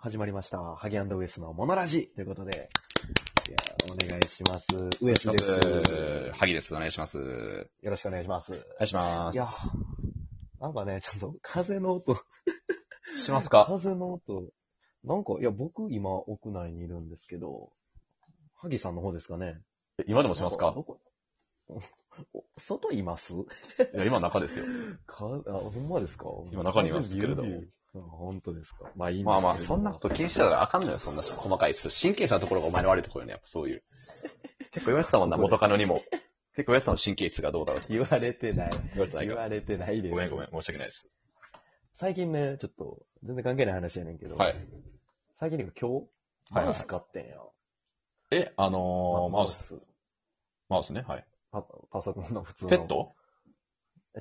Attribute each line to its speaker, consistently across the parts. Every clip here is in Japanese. Speaker 1: 始まりました。ハギアンドウエスのモノラジということで、いやお願いします。ウエスです。
Speaker 2: 萩です。お願いします。お願
Speaker 1: よろしくお願いします。
Speaker 2: いしま
Speaker 1: いや、なんかね、ちゃ んと風の音、
Speaker 2: す。しますか
Speaker 1: 風の音、なんか、いや、僕今屋内にいるんですけど、ハギさんの方ですかね。
Speaker 2: 今でもしま
Speaker 1: な
Speaker 2: す
Speaker 1: ん
Speaker 2: か
Speaker 1: どこお外います
Speaker 2: いや、今中ですよ。
Speaker 1: かあ、ほんまですか
Speaker 2: 今中にいますけれども
Speaker 1: 風ビュービューあ本当ですか。まあいいんです
Speaker 2: まあ
Speaker 1: けど
Speaker 2: まあ、そんなこと気にしてたらあかんのよ、そんな細かい。神経質なところがお前の悪いところよね、やっぱそういう。結構言われてたもんな、元カノにも。結構言われてたの神経質がどうだろうとか
Speaker 1: 言われてない。
Speaker 2: 言われてない
Speaker 1: 言
Speaker 2: か
Speaker 1: われてないで
Speaker 2: ら。
Speaker 1: す。
Speaker 2: ごめんごめん、申し訳ないです。
Speaker 1: 最近ね、ちょっと、全然関係ない話やねんけど、
Speaker 2: はい。
Speaker 1: 最近ね、今日、
Speaker 2: はい
Speaker 1: マウス買ってんや。
Speaker 2: え、あのー、マウス、
Speaker 1: ス。
Speaker 2: マウスね、はい。
Speaker 1: パパソコンの普通の。
Speaker 2: ペット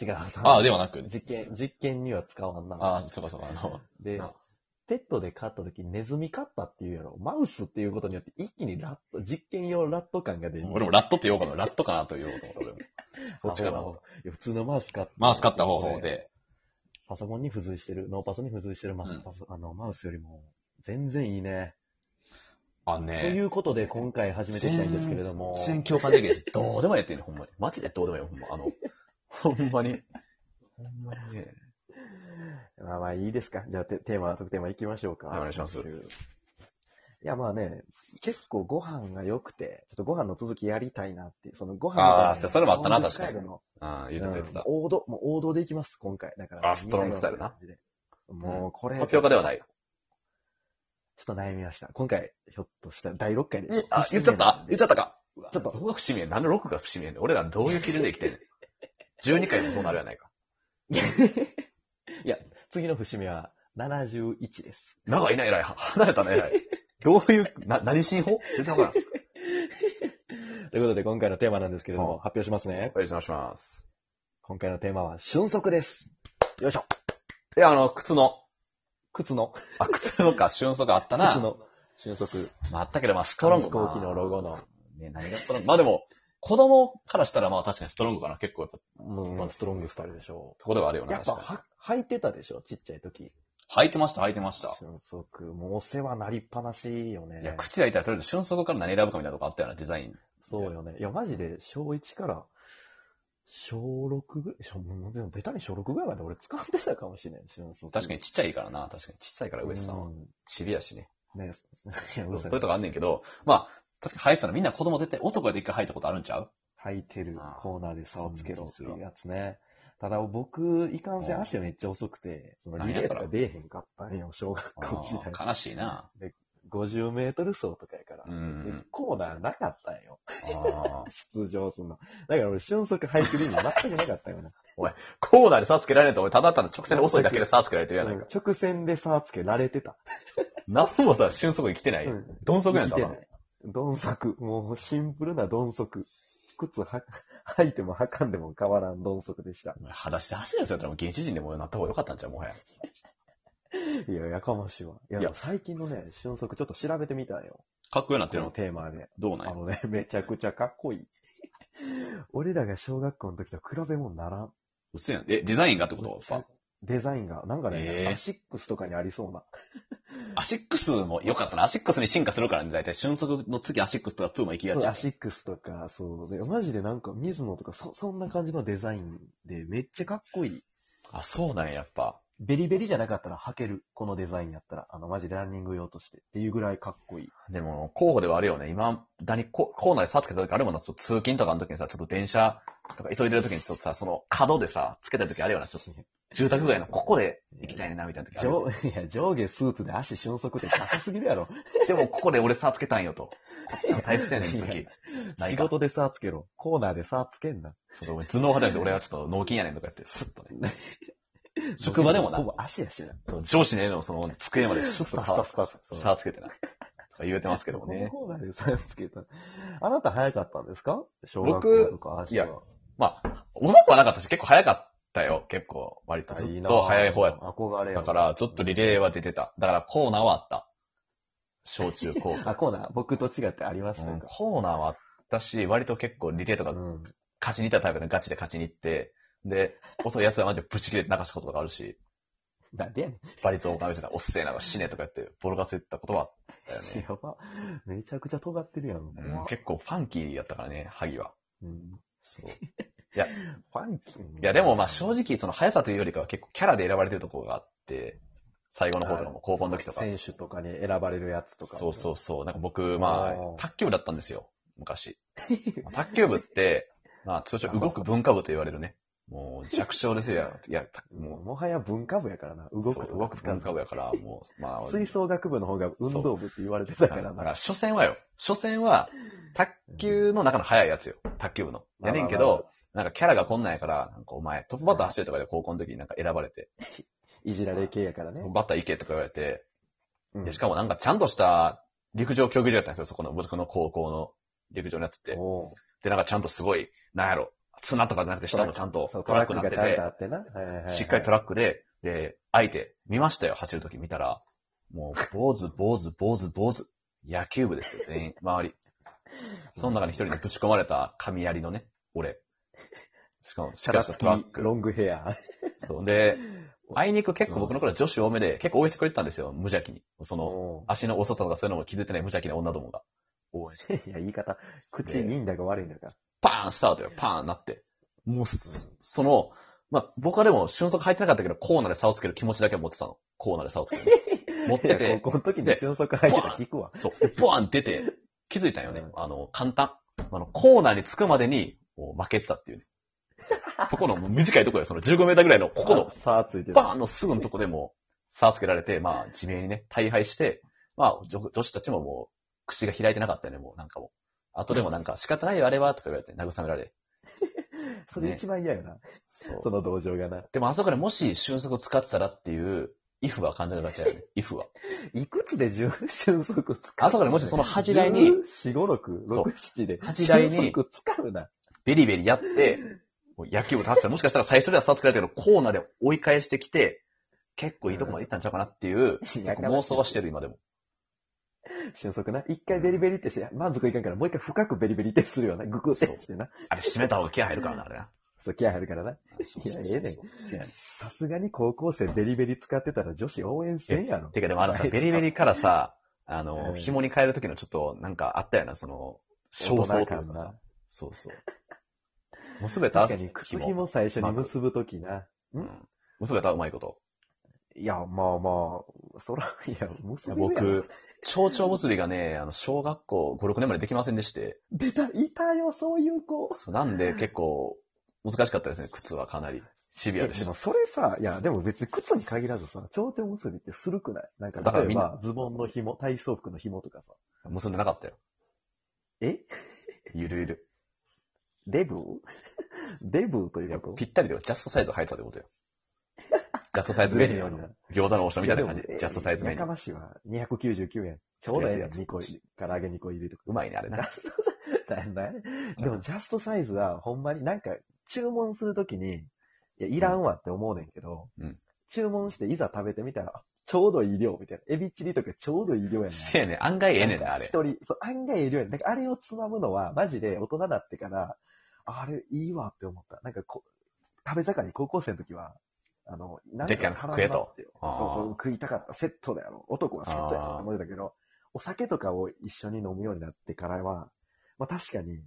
Speaker 1: 違う。
Speaker 2: ああ、ではなく。
Speaker 1: 実験、実験には使わんな。
Speaker 2: ああ、そうかそうか、あの、
Speaker 1: で
Speaker 2: な、
Speaker 1: ペットで飼った時、ネズミ飼ったっていうやろ。マウスっていうことによって、一気にラット、実験用ラット感が出る。
Speaker 2: 俺もラットって言おうかな、ラットかなと言おうと思った俺も。そっちか
Speaker 1: あ
Speaker 2: な
Speaker 1: ほ。ういや普通のマウス買った。
Speaker 2: マウス買った方法。で。
Speaker 1: パソコンに付随してる、ノーパソに付随してるマス、
Speaker 2: うん
Speaker 1: パソあのマウスよりも、全然いいね。
Speaker 2: あ、
Speaker 1: とい
Speaker 2: ね
Speaker 1: うことで、今回始めていきたいんですけれども。
Speaker 2: 全然共感できるし、どうでもええっていうね、ほんまに。マジでどうでもええ、ほんま。あの、 ほんまに。ほんまにね。
Speaker 1: まあまあいいですか。じゃあテテーマ、特テーマ行きましょうか。
Speaker 2: はいお願いします
Speaker 1: いやまあね、結構ご飯が良くて、ちょっとご飯の続きやりたいなっていう、そのご飯
Speaker 2: あー
Speaker 1: の
Speaker 2: そうそれもあったな
Speaker 1: ストロングスタイルの
Speaker 2: ああ、言ってた言ってた。
Speaker 1: うん王道、もう王道でいきます、今回。だから。
Speaker 2: あーストロングスタイルな
Speaker 1: みんなが思う感じで。もうこれ。
Speaker 2: 発表家ではない。
Speaker 1: ちょっと悩みました。今回、ひょっとしたら第6回で。
Speaker 2: えあ、言っちゃった言っちゃったか
Speaker 1: ちょっと
Speaker 2: どこが節目やなんで6が節目やねん俺らどういう基準で生きてんねん。12回もそうなるやないか。
Speaker 1: いや、次の節目は71です。
Speaker 2: 長いな、偉い。離れたな、偉い。どういう、な、何新法全然わからん。
Speaker 1: ということで、今回のテーマなんですけれども、
Speaker 2: うん
Speaker 1: 発表しますね。
Speaker 2: お願いします。
Speaker 1: 今回のテーマは、瞬足です。よいしょ。
Speaker 2: え、あの、靴の、
Speaker 1: 靴の、
Speaker 2: あ、靴のか、瞬足あったな。
Speaker 1: 靴の、瞬足。
Speaker 2: まあ、あったけど、まあ、ストロング。
Speaker 1: 飛行機のロゴの。
Speaker 2: ね、何がストロングまあでも、子供からしたら、まあ確かにストロングかな。結構やっぱ、
Speaker 1: もう、ストロングスタイルでしょ
Speaker 2: とこではあるよ
Speaker 1: う。
Speaker 2: な、
Speaker 1: やっ
Speaker 2: 確
Speaker 1: ぱ
Speaker 2: か
Speaker 1: は、履いてたでしょちっちゃい時。
Speaker 2: に。履いてました、履いてました。
Speaker 1: 瞬足。もうお世話なりっぱなしよね。
Speaker 2: いや、靴焼いたら、とりあえず瞬足から何選ぶかみたいなとこあったよな、デザイン。
Speaker 1: そうよね。いや、マジで、小1から、小6ぐらい、小もうでもベタに小6ぐらいまで俺使ってたかもしれない。瞬足。
Speaker 2: 確かにちっちゃいからな、確かにちっちゃいから、ウエスさんは。
Speaker 1: う
Speaker 2: チビやしね。
Speaker 1: んねえ、いや
Speaker 2: そうそう
Speaker 1: 嘘
Speaker 2: いうとこあんねんけど、まあ、確かに履いてたのみんな子供絶対男で一回履いたことあるんちゃう
Speaker 1: 履いてるコーナーで差をつけろっていうやつね。ただ僕、いかんせ
Speaker 2: うんん
Speaker 1: 足めっちゃ遅くて、その
Speaker 2: 何
Speaker 1: リ
Speaker 2: や
Speaker 1: レーと
Speaker 2: そ
Speaker 1: か
Speaker 2: ら
Speaker 1: 出えへんかったんよ、小学校時代。
Speaker 2: あー悲しいな。
Speaker 1: 50メートル走とかやから、
Speaker 2: うん
Speaker 1: でコーナーなかったんよ。
Speaker 2: あー
Speaker 1: 出場すんの。だから俺、瞬足履いてる意味全くなかったよな。
Speaker 2: コーナーで差つけられないと、俺ただただ直線で遅いだけで差つけられてるやないか。
Speaker 1: 直線で差つけられてた。
Speaker 2: 何もさ、瞬足に来てない。
Speaker 1: うん
Speaker 2: 鈍足やん
Speaker 1: 生き
Speaker 2: だ
Speaker 1: てない。鈍足。もうシンプルな鈍足。靴は履いても履かんでも変わらん鈍足でした。
Speaker 2: お前裸足で走るやつやったらもう原始人でもなった方が良かったんちゃうもはや。
Speaker 1: いや、やかましいわ。いや、
Speaker 2: いや
Speaker 1: 最近のね、瞬足ちょっと調べてみたんよ。
Speaker 2: かっこよくなって
Speaker 1: こ
Speaker 2: る
Speaker 1: の
Speaker 2: の
Speaker 1: テーマで。
Speaker 2: どうなん
Speaker 1: あ
Speaker 2: や
Speaker 1: のね、 めちゃくちゃかっこいい。 俺らが小学校の時と比べもならん。
Speaker 2: 薄いやん。え、デザインがってことやっ
Speaker 1: デザインが、なんかね、
Speaker 2: えー
Speaker 1: アシックスとかにありそうな。
Speaker 2: ぱアシックスも良かったな。アシックスに進化するからね。だいたい瞬足の次アシックスとかプーも行きが
Speaker 1: そう
Speaker 2: ちや
Speaker 1: ア。シックスとか、そう。でマジでなんか、水野とか、そ、そんな感じのデザインで、めっちゃかっこいい。
Speaker 2: あ、そうなんや、やっぱ。
Speaker 1: ベリベリじゃなかったら履ける。このデザインやったら。あの、マジでランニング用として。っていうぐらいかっこいい。
Speaker 2: でも、候補ではあるよね。今、だにココーナーで差つけた時あるもんな。そう通勤とかの時にさ、ちょっと電車とか急いでる時にちょっとさ、その角でさ、つけた時あるよな。ちょっと住宅街のここで行きたいな、みたいな時あるよね
Speaker 1: 上、 いや、上下スーツで足瞬足ってダサすぎるやろ。
Speaker 2: でも、ここで俺差つけたんよと。大切やねん、
Speaker 1: いや
Speaker 2: 時。ない
Speaker 1: 仕
Speaker 2: か
Speaker 1: 事でさつけろ。コーナーでさつけんな。
Speaker 2: ちょっと俺頭脳派だよ俺はちょっと脳筋やねんとかやって、スッとね。 職場でもな
Speaker 1: ほぼ足やしな。
Speaker 2: そう上司の絵のその机までシュッ
Speaker 1: ス
Speaker 2: と
Speaker 1: タスタ
Speaker 2: さ、
Speaker 1: スタスタ。
Speaker 2: 差つけてな。とか言うてますけども
Speaker 1: この
Speaker 2: ね。
Speaker 1: コーナーでさつけた。あなた早かったんですか小学校
Speaker 2: 僕
Speaker 1: とか足
Speaker 2: いや
Speaker 1: は。
Speaker 2: まあ、遅くはなかったし、結構早かったよ。結構、割と。ずっと早い方やっ
Speaker 1: 憧れ
Speaker 2: た。
Speaker 1: よ
Speaker 2: だから、ずっとリレーは出てた。だから、コーナーはあった。小中高 と。
Speaker 1: あ、コーナー、僕と違ってありました
Speaker 2: うん
Speaker 1: か。
Speaker 2: コーナーはあったし、割と結構リレーとか
Speaker 1: うん。
Speaker 2: 勝ちに行ったタイプのガチで勝ちに行って、で、遅い奴はマジでブチ切れて泣かしたこととかあるし、
Speaker 1: なんでやね
Speaker 2: バリ雑かみたいな、おっせえな、死ねとか言って、ボロカス言ったことはあったよ
Speaker 1: ん。
Speaker 2: ね。
Speaker 1: やば。めちゃくちゃ尖ってるやん。
Speaker 2: うん、結構ファンキーやったからね、萩は。
Speaker 1: うん
Speaker 2: そう。い
Speaker 1: ファンキー。
Speaker 2: や、でもまあ正直、その速さというよりかは結構キャラで選ばれてるところがあって、最後の方とかも高校の時とか。
Speaker 1: 選手とかに選ばれるやつとか。
Speaker 2: そうそうそう。なんか僕、ま
Speaker 1: おー
Speaker 2: あ、卓球部だったんですよ、 昔。まあ卓球部って、まあ通称動く文化部と言われるね。もう弱小で すよ。いや、た
Speaker 1: もう、
Speaker 2: も
Speaker 1: もはや文化部やからな。
Speaker 2: う、
Speaker 1: 動
Speaker 2: そ
Speaker 1: く
Speaker 2: う動く文化部やから、もう、まあ、
Speaker 1: 吹奏楽部の方が運動部って言われてたから
Speaker 2: だか
Speaker 1: な。
Speaker 2: ら、初戦はよ、初戦は、卓球の中の速いやつよ、卓球部の。やねんけど、なんかキャラがこんなんやから、なんかお前、トップバッター走れとかで高校の時になんか選ばれて、
Speaker 1: いじられ系やから
Speaker 2: ト
Speaker 1: ね
Speaker 2: ップ。バッター行けとか言われて、
Speaker 1: うん
Speaker 2: でしかもなんかちゃんとした陸上競技場だったんですよ、そこの、僕の高校の陸上のやつって。
Speaker 1: お
Speaker 2: で、なんかちゃんとすごい、なんやろ、綱とかじゃなくて下もちゃんと
Speaker 1: うそう
Speaker 2: ト
Speaker 1: ト
Speaker 2: ラ
Speaker 1: ラ
Speaker 2: ッ
Speaker 1: ッ
Speaker 2: ク
Speaker 1: ク
Speaker 2: になっ
Speaker 1: が
Speaker 2: て
Speaker 1: ちゃんとあ
Speaker 2: て、
Speaker 1: ってな。はいはいはい
Speaker 2: しっかりトラックで、で、相手、見ましたよ、走る時見たら、もう、坊主、坊主、坊主、坊主、野球部ですよ、全員、周り。その中に一人でぶち込まれた神槍のね、俺。しかも、し
Speaker 1: チャラ
Speaker 2: かも
Speaker 1: つ
Speaker 2: ト
Speaker 1: き
Speaker 2: ラック。
Speaker 1: ロングヘア。
Speaker 2: そう。で、あいにく結構僕の頃は女子多めで、結構応援してくれてたんですよ、無邪気に。その、
Speaker 1: お
Speaker 2: 足の遅さとかそういうのも気づいてない無邪気な女どもが。応援して。
Speaker 1: ーいや、言い方、口いいんだか悪いんだか。
Speaker 2: パーンスタートよ、パーンなって。もうす、その、まあ、僕はでも瞬足入ってなかったけど、コーナーで差をつける気持ちだけは持ってたの。コーナーで差をつける。 持って
Speaker 1: いや
Speaker 2: て、
Speaker 1: 高校の時に
Speaker 2: で
Speaker 1: 瞬足入ってたら聞くわ。
Speaker 2: そう、ポワン出て、気づいたんよね
Speaker 1: うん。
Speaker 2: あの、簡単。あの、コーナーにつくまでに、もう負けてたっていうね。そこのもう短いところよ、その15メーターぐらいの、ここの
Speaker 1: あ、さあついて
Speaker 2: バ
Speaker 1: た。
Speaker 2: ーンのすぐのとこでも、差をつけられて、まあ、地名にね、大敗して、まあ、女女子たちももう、口が開いてなかったよね、もう、なんかもう。あとでもなんか、仕方ないよ、あれは、とか言われて、慰められ。
Speaker 1: それ一番嫌よな。
Speaker 2: そう
Speaker 1: そ。の同情がな。
Speaker 2: でもあそこでもし瞬足を使ってたらっていう、if は感じの形だよね。if は。
Speaker 1: いくつで瞬足使う
Speaker 2: あそこでもしその恥じらいに、
Speaker 1: 4、5、6、
Speaker 2: そう
Speaker 1: 6、7で。
Speaker 2: 恥じらいに
Speaker 1: 瞬足使うな。
Speaker 2: ベリベリやって、もう野球部達成、もしかしたら最初では差をつけられたけど、コーナーで追い返してきて、結構いいとこまで行ったんちゃうかなっていう、
Speaker 1: いや
Speaker 2: 妄想はしてる、今でも。
Speaker 1: 瞬足な。一回ベリベリってして、満足いかんから、もう一回深くベリベリってするよな。ググってしてな。
Speaker 2: あれ、締めた方が気合入るからな、あれな。
Speaker 1: そう、気合入るからな。
Speaker 2: そう
Speaker 1: い
Speaker 2: そ
Speaker 1: や
Speaker 2: うそう
Speaker 1: ええねん
Speaker 2: そうやねん
Speaker 1: さすがに高校生ベリベリ使ってたら女子応援せんやろ。
Speaker 2: てか、でもあのさ、ベリベリからさ、あの、
Speaker 1: うん
Speaker 2: 紐に変える時のちょっと、なんかあったよな、その、焦燥と
Speaker 1: 大人
Speaker 2: いう
Speaker 1: 感
Speaker 2: かさ
Speaker 1: な。
Speaker 2: そうそう。もうすべて
Speaker 1: 確かに靴紐最初に結ぶときな。
Speaker 2: うん。結べたうまいこと。
Speaker 1: いや、まあまあ、そら、いや、
Speaker 2: い
Speaker 1: 結
Speaker 2: や
Speaker 1: び目やろ
Speaker 2: 僕、蝶々結びがね、あの、小学校5、6年までできませんでして、
Speaker 1: 出た、いたよ、そういう子。
Speaker 2: そうなんで結構難しかったですね、靴はかなり。シビア
Speaker 1: え
Speaker 2: で
Speaker 1: で
Speaker 2: し
Speaker 1: もそれさ、いや、でも別に靴に限らずさ、頂点結びってするくないなんか、
Speaker 2: だか
Speaker 1: 例
Speaker 2: ら
Speaker 1: え
Speaker 2: みんな
Speaker 1: ば、ズボンの紐、体操服の紐とかさ。
Speaker 2: た。結んでなかったよ。
Speaker 1: え
Speaker 2: ゆるゆる。
Speaker 1: デブー デブーということ
Speaker 2: ぴったりでジャストサイズ入ってたってことよ。ジャストサイズメニュ ーあの
Speaker 1: ずれへんよ
Speaker 2: 餃子の王将みたいな感じ
Speaker 1: いやで。も
Speaker 2: ジャストサイズメニ
Speaker 1: や
Speaker 2: ュ
Speaker 1: か
Speaker 2: ー。
Speaker 1: ましいわ。299円。ちょうどええやつ。
Speaker 2: 安いやつ
Speaker 1: 2個、から揚げ2個入れとく。
Speaker 2: うまいね、あれ
Speaker 1: ジャ
Speaker 2: な。
Speaker 1: ストサイズ、だよねでもジャストサイズは、ほんまになんか、注文するときに、いや、いらんわって思うねんけど、
Speaker 2: うん
Speaker 1: 注文していざ食べてみたら、あちょうどいい量みたいな。エビチリとかちょうどいい量やな。
Speaker 2: せやね、案外ええねんな、あれ。
Speaker 1: 一人、そう、案外いるよね。だからあれをつまむのは、マジで大人になってから、ああれいいわって思った。なんかこ、食べ盛り高校生の時は、あの、なん
Speaker 2: でっかいの食えと
Speaker 1: って。
Speaker 2: あ
Speaker 1: そう
Speaker 2: ー
Speaker 1: そう、食いたかった。セットだよ。男はセットやろって思ってたけど、お酒とかを一緒に飲むようになってからは、まあ確かに、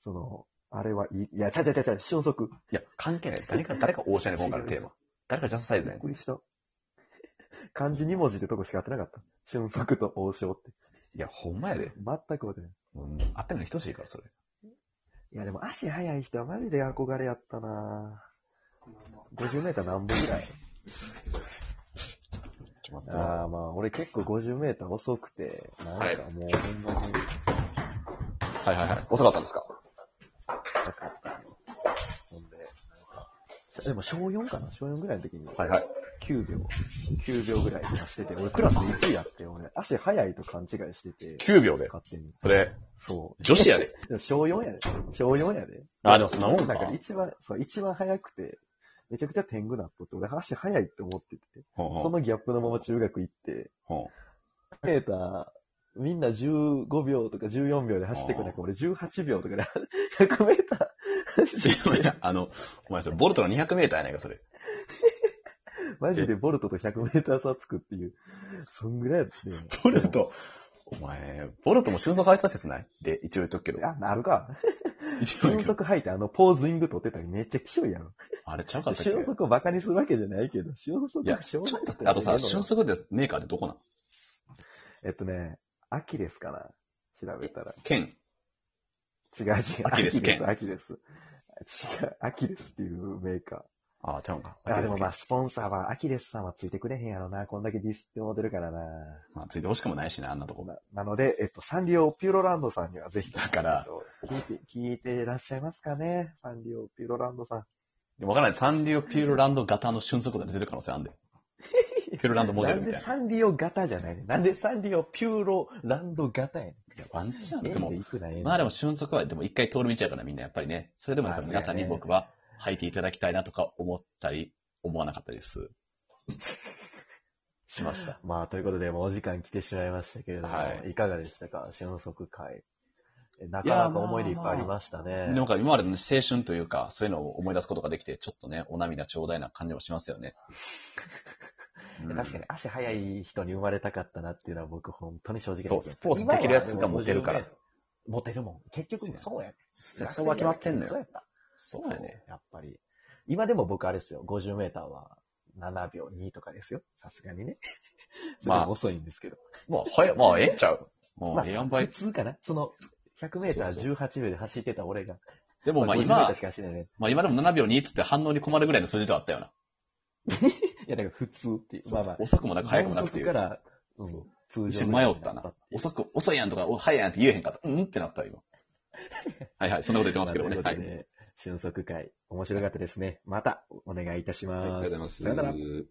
Speaker 1: その、あれはいい。いや、ちゃうちゃうちゃうちゃう、瞬足。
Speaker 2: いや、関係ない。誰か、誰か王将やね、今回のテーマ。誰かジャストサイズ
Speaker 1: びっ
Speaker 2: やね
Speaker 1: く。りした。漢字2文字ってとこしか合ってなかった。瞬足と王将って。
Speaker 2: いや、ほんまやで。
Speaker 1: 全く合ってない。
Speaker 2: うんあってんのに等しいから、それ。
Speaker 1: いや、でも足速い人はマジで憧れやったなぁ50メーター何分ぐらい
Speaker 2: ちょっと待ってな。
Speaker 1: ああ、まあ、俺結構50メーター遅くて、なん
Speaker 2: はい
Speaker 1: かもうほんまに
Speaker 2: はいはいはい。 遅かったんですか
Speaker 1: 高かったよ。ほんで、なんか、でも小4かな小4ぐらいの時に、
Speaker 2: はいはい。
Speaker 1: 9秒、9秒ぐらい出してて、俺クラス1位やって、俺足速いと勘違いしてて、
Speaker 2: 9秒で。
Speaker 1: 勝手に。
Speaker 2: それ、
Speaker 1: そう。
Speaker 2: 女子やで。
Speaker 1: でも小4やで。小4やで。
Speaker 2: あでもそんなもんか
Speaker 1: だから一番、そう、一番速くて、めちゃくちゃ天狗なっとって、俺足速いって思ってて。
Speaker 2: ほんほ
Speaker 1: そ
Speaker 2: ん
Speaker 1: のギャップのまま中学行って、
Speaker 2: ほん
Speaker 1: メーター、みんな15秒とか14秒で走ってくる中、俺18秒とかで100メーター走
Speaker 2: い
Speaker 1: って、
Speaker 2: やいやあの、お前それ、ボルトの200メーターやないか、それ。
Speaker 1: マジでボルトと100メーター差つくっていう。そんぐらいやって。
Speaker 2: ボルト、お前、ボルトも俊足入った説ないで、一応言っとくけど。
Speaker 1: あ、なるか。
Speaker 2: 一応言う
Speaker 1: 瞬
Speaker 2: けど
Speaker 1: 足吐いてあのポーズイング取ってたりめっちゃきしょいやん。
Speaker 2: あれちゃうかったっけ
Speaker 1: 瞬
Speaker 2: い
Speaker 1: 足をバカにするわけじゃないけど、瞬足
Speaker 2: や、
Speaker 1: は
Speaker 2: ち
Speaker 1: し
Speaker 2: ょ
Speaker 1: ょ
Speaker 2: っ
Speaker 1: うがなくて
Speaker 2: と、あとさ、
Speaker 1: いいの
Speaker 2: 俊足ってメーカーでどこなん
Speaker 1: えっとね、アキレスかな調べたら。
Speaker 2: 剣。
Speaker 1: 違う違う。
Speaker 2: アキレス
Speaker 1: です、アキレス。違う、アキレスっていうメーカ
Speaker 2: ああ、ちゃうんか。
Speaker 1: ー。あ、でもまあ、
Speaker 2: あ、
Speaker 1: スポンサーは、アキレスさんはついてくれへんやろな。こんだけディスって思ってるからな。
Speaker 2: まあ、ついてほしくもないしな、あんなとこ。
Speaker 1: ななので、えっと、サンリオピューロランドさんにはぜひ。
Speaker 2: だから
Speaker 1: えっと、聞いて、聞いてらっしゃいますかね。サンリオピューロランドさん。
Speaker 2: でもわからない。サンリオピューロランド型の俊足が出てる可能性あんで。 ピューロランドモデ
Speaker 1: な
Speaker 2: ル
Speaker 1: んで
Speaker 2: みたいな。
Speaker 1: サンリオ型じゃないねんなんでサンリオピューロランド型やねん
Speaker 2: いや、ワンチャンある
Speaker 1: 縁
Speaker 2: でも
Speaker 1: で、いくな縁で
Speaker 2: まあでも俊足は、でも一回通る道やからみんなやっぱりね。それでもやっぱ皆さんに
Speaker 1: まあそうやね
Speaker 2: 僕は履いていただきたいなとか思ったり、思わなかったです。し ました。
Speaker 1: まあ、ということで、もうお時間来てしまいましたけれども、
Speaker 2: はい
Speaker 1: い、かがでしたか瞬足会。えなか
Speaker 2: いや
Speaker 1: な
Speaker 2: ま
Speaker 1: か
Speaker 2: あ
Speaker 1: 思い出いっぱいありましたね。
Speaker 2: なんか今までの青春というか、そういうのを思い出すことができて、ちょっとね、お涙ちょうだいな感じもします よね。うん
Speaker 1: 確かに足速い人に生まれたかったなっていうのは僕本当に正直
Speaker 2: そうスポーツできるやつがモテるから。
Speaker 1: 今はモテるもん。結局そうやね。
Speaker 2: 世相は決まってんの
Speaker 1: そう
Speaker 2: よ。
Speaker 1: やった。
Speaker 2: そうだよね。。
Speaker 1: やっぱり。今でも僕あれですよ、50メーターは7秒2とかですよ。さすがに ね。それ
Speaker 2: まあ
Speaker 1: も遅いんですけど。
Speaker 2: まあ、早い、まあ、ええんちゃう。も
Speaker 1: ま
Speaker 2: う、
Speaker 1: あ
Speaker 2: ええやんば
Speaker 1: 普
Speaker 2: い。
Speaker 1: 通かなその、100メータ
Speaker 2: そうそ
Speaker 1: ー18秒で走ってた俺が。
Speaker 2: でも、まあ、
Speaker 1: 50メータ
Speaker 2: 今
Speaker 1: ーし、か走れないね。
Speaker 2: まあ、今でも7秒2っつって反応に困るぐらいの数字とあったよな。
Speaker 1: いや、だから普通っていう。まあまあ。
Speaker 2: 遅くもなく早くもなくってい
Speaker 1: 音速か
Speaker 2: う。
Speaker 1: ら、うん
Speaker 2: そう
Speaker 1: 通
Speaker 2: 一
Speaker 1: 常
Speaker 2: 瞬迷ったな。遅く、遅いやんとか、お早いやんって言えへんかった。うんってなったよ、 今。はいはい、そんなこと言って
Speaker 1: て
Speaker 2: ますけど ね。
Speaker 1: ね。
Speaker 2: は。
Speaker 1: はいい。俊足会、面白かったですね。またお願いいたし
Speaker 2: はいありが
Speaker 1: ま
Speaker 2: とう
Speaker 1: す。
Speaker 2: ございます。
Speaker 1: さよなら。